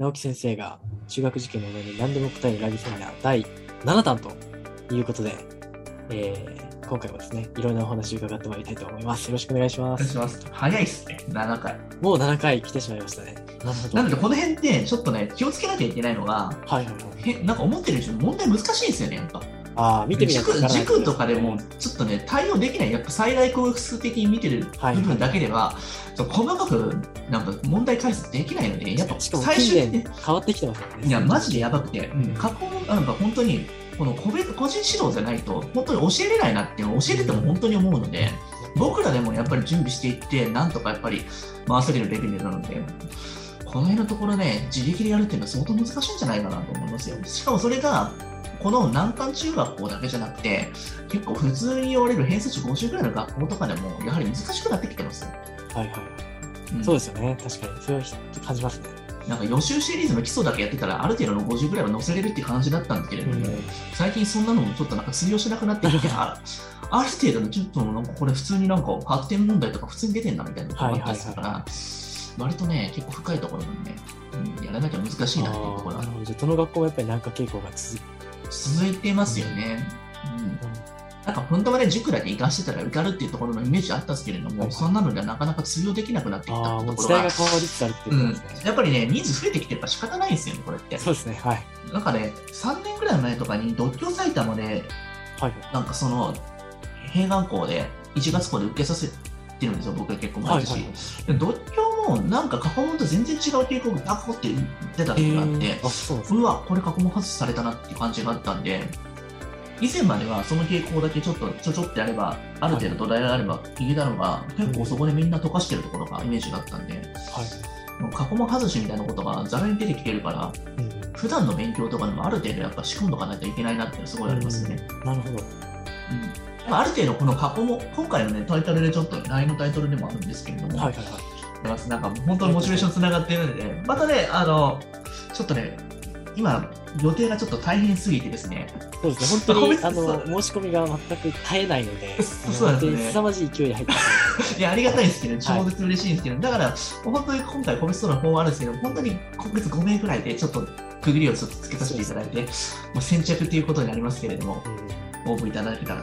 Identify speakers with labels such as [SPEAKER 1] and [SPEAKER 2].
[SPEAKER 1] 直木先生が中学受験の上に何でも答えるラビセミナー第7弾ということで、えー今回もですね、いろんなお話を伺ってまいりたいと思います。よろしくお願いしま
[SPEAKER 2] お願いし
[SPEAKER 1] す。
[SPEAKER 2] ます。早いっすね、7回。
[SPEAKER 1] もう7回来てしまいましたね。なるほど。
[SPEAKER 2] なので、この辺で、ちょっとね、気をつけなきゃいけないのが、
[SPEAKER 1] はいはいはい。
[SPEAKER 2] へなんか思ってる人、問題難しいんですよね、やっぱ。
[SPEAKER 1] ああ、見てみないわ
[SPEAKER 2] 塾
[SPEAKER 1] らないすね
[SPEAKER 2] 塾とかでも、ちょっとね、対応できない、やっぱ最大公約数的に見てる
[SPEAKER 1] はい
[SPEAKER 2] 部分だけでは、ちょっと細かく、なんか問題解説できないので、やっぱ
[SPEAKER 1] しかも
[SPEAKER 2] 最終
[SPEAKER 1] 近
[SPEAKER 2] 的に
[SPEAKER 1] 年、変わってきてますよね。
[SPEAKER 2] いや、マジでやばくて、うん、過去、なんか本当に、この個別個人指導じゃないと、本当に教えれないなっていうのを教えてても本当に思うので、僕らでもやっぱり準備していって、なんとかやっぱり回せれるレベルなので、この辺のところね、自力でやるっていうのは相当難しいんじゃないかなと思いますよ。しかもそれが、この難関中学校だけじゃなくて、結構普通に言われる偏差値50ぐらいの学校とかでも、やはり難しくなってきてますよ。
[SPEAKER 1] はいはい。
[SPEAKER 2] ん
[SPEAKER 1] そうですよね。確かに。それはひ感じますね。
[SPEAKER 2] なんか予習シリーズの基礎だけやってたら、ある程度の50ぐらいは載せれるっていう話だったんですけれども、
[SPEAKER 1] うん
[SPEAKER 2] 最近そんなのもちょっとなんか通用しなくなって きて、あある程度のちょっとなんかこれ普通になんか発展問題とか普通に出てんだみたいなのがあったりするから、
[SPEAKER 1] はい
[SPEAKER 2] 割とね、結構深いところなんで、うん、やらなきゃ難しいなっていうところ
[SPEAKER 1] あーな
[SPEAKER 2] が
[SPEAKER 1] るほど。じゃあ、どの学校もやっぱり南下傾向が続く。
[SPEAKER 2] 続いてますよね。うんなんか本当はね、塾だけ行かしてたら受かるっていうところのイメージあったんですけれども、そんなのではなかなか通用できなくなってきた
[SPEAKER 1] ああ、
[SPEAKER 2] と
[SPEAKER 1] もう
[SPEAKER 2] こ
[SPEAKER 1] 時
[SPEAKER 2] ろ
[SPEAKER 1] 代
[SPEAKER 2] が
[SPEAKER 1] が、変わりつつあるっていううこと
[SPEAKER 2] ん
[SPEAKER 1] ですね。、
[SPEAKER 2] やっぱりね、人数増えてきてやっぱ仕方ないんですよね、これって。
[SPEAKER 1] そうですね。はい。
[SPEAKER 2] なんかね、3年ぐらい前とかに、独協埼玉で、
[SPEAKER 1] はい。
[SPEAKER 2] なんかその、併願校で、1月校で受けさせてるんですよ、僕は結構
[SPEAKER 1] は
[SPEAKER 2] 毎
[SPEAKER 1] い。はい
[SPEAKER 2] 年。。で独協も、なんか過去問と全然違う傾向がバコって出た
[SPEAKER 1] え
[SPEAKER 2] 時があって、
[SPEAKER 1] ー、あ、そうなんですね。
[SPEAKER 2] うわ、これ過去問外しされたなっていう感じがあったんで、以前まではその傾向だけちょっとちょちょってやれば、ある程度土台があればいけたのが、結構そこでみんな溶かしてるところがイメージがあったんで、
[SPEAKER 1] はい。
[SPEAKER 2] もう過去問外しみたいなことがざらに出てきてるから、
[SPEAKER 1] うん
[SPEAKER 2] 普段の勉強とかでもある程度やっぱ仕込んどかないといけないなっていうのすごいありますよね。
[SPEAKER 1] うんなるほど。
[SPEAKER 2] うんまあある程度この過去も今回のねタイトルでちょっと LINE のタイトルでもあるんですけれども、
[SPEAKER 1] はいはいはい。
[SPEAKER 2] なんか本当にモチベーションつながってるんで、またね、あのちょっとね、今、予定がちょっと大変すぎてですね、
[SPEAKER 1] そうですね。本当
[SPEAKER 2] ごめ
[SPEAKER 1] に
[SPEAKER 2] ん、な
[SPEAKER 1] あ
[SPEAKER 2] さい
[SPEAKER 1] の、申し込みが全く絶えないので、
[SPEAKER 2] そ
[SPEAKER 1] あの
[SPEAKER 2] そうなん
[SPEAKER 1] 本当
[SPEAKER 2] ですね
[SPEAKER 1] に凄まじい勢いで入ってき
[SPEAKER 2] いや、ありがたいんですけど、超絶嬉しいんですけど、だから、本当に今回、個別との方もあるんですけど、本当に今月5名ぐらいで、ちょっと区切りをちょっとつけさせていただいて、もう先着ということになりますけれども、
[SPEAKER 1] てます。うん
[SPEAKER 2] 応募いただけたらと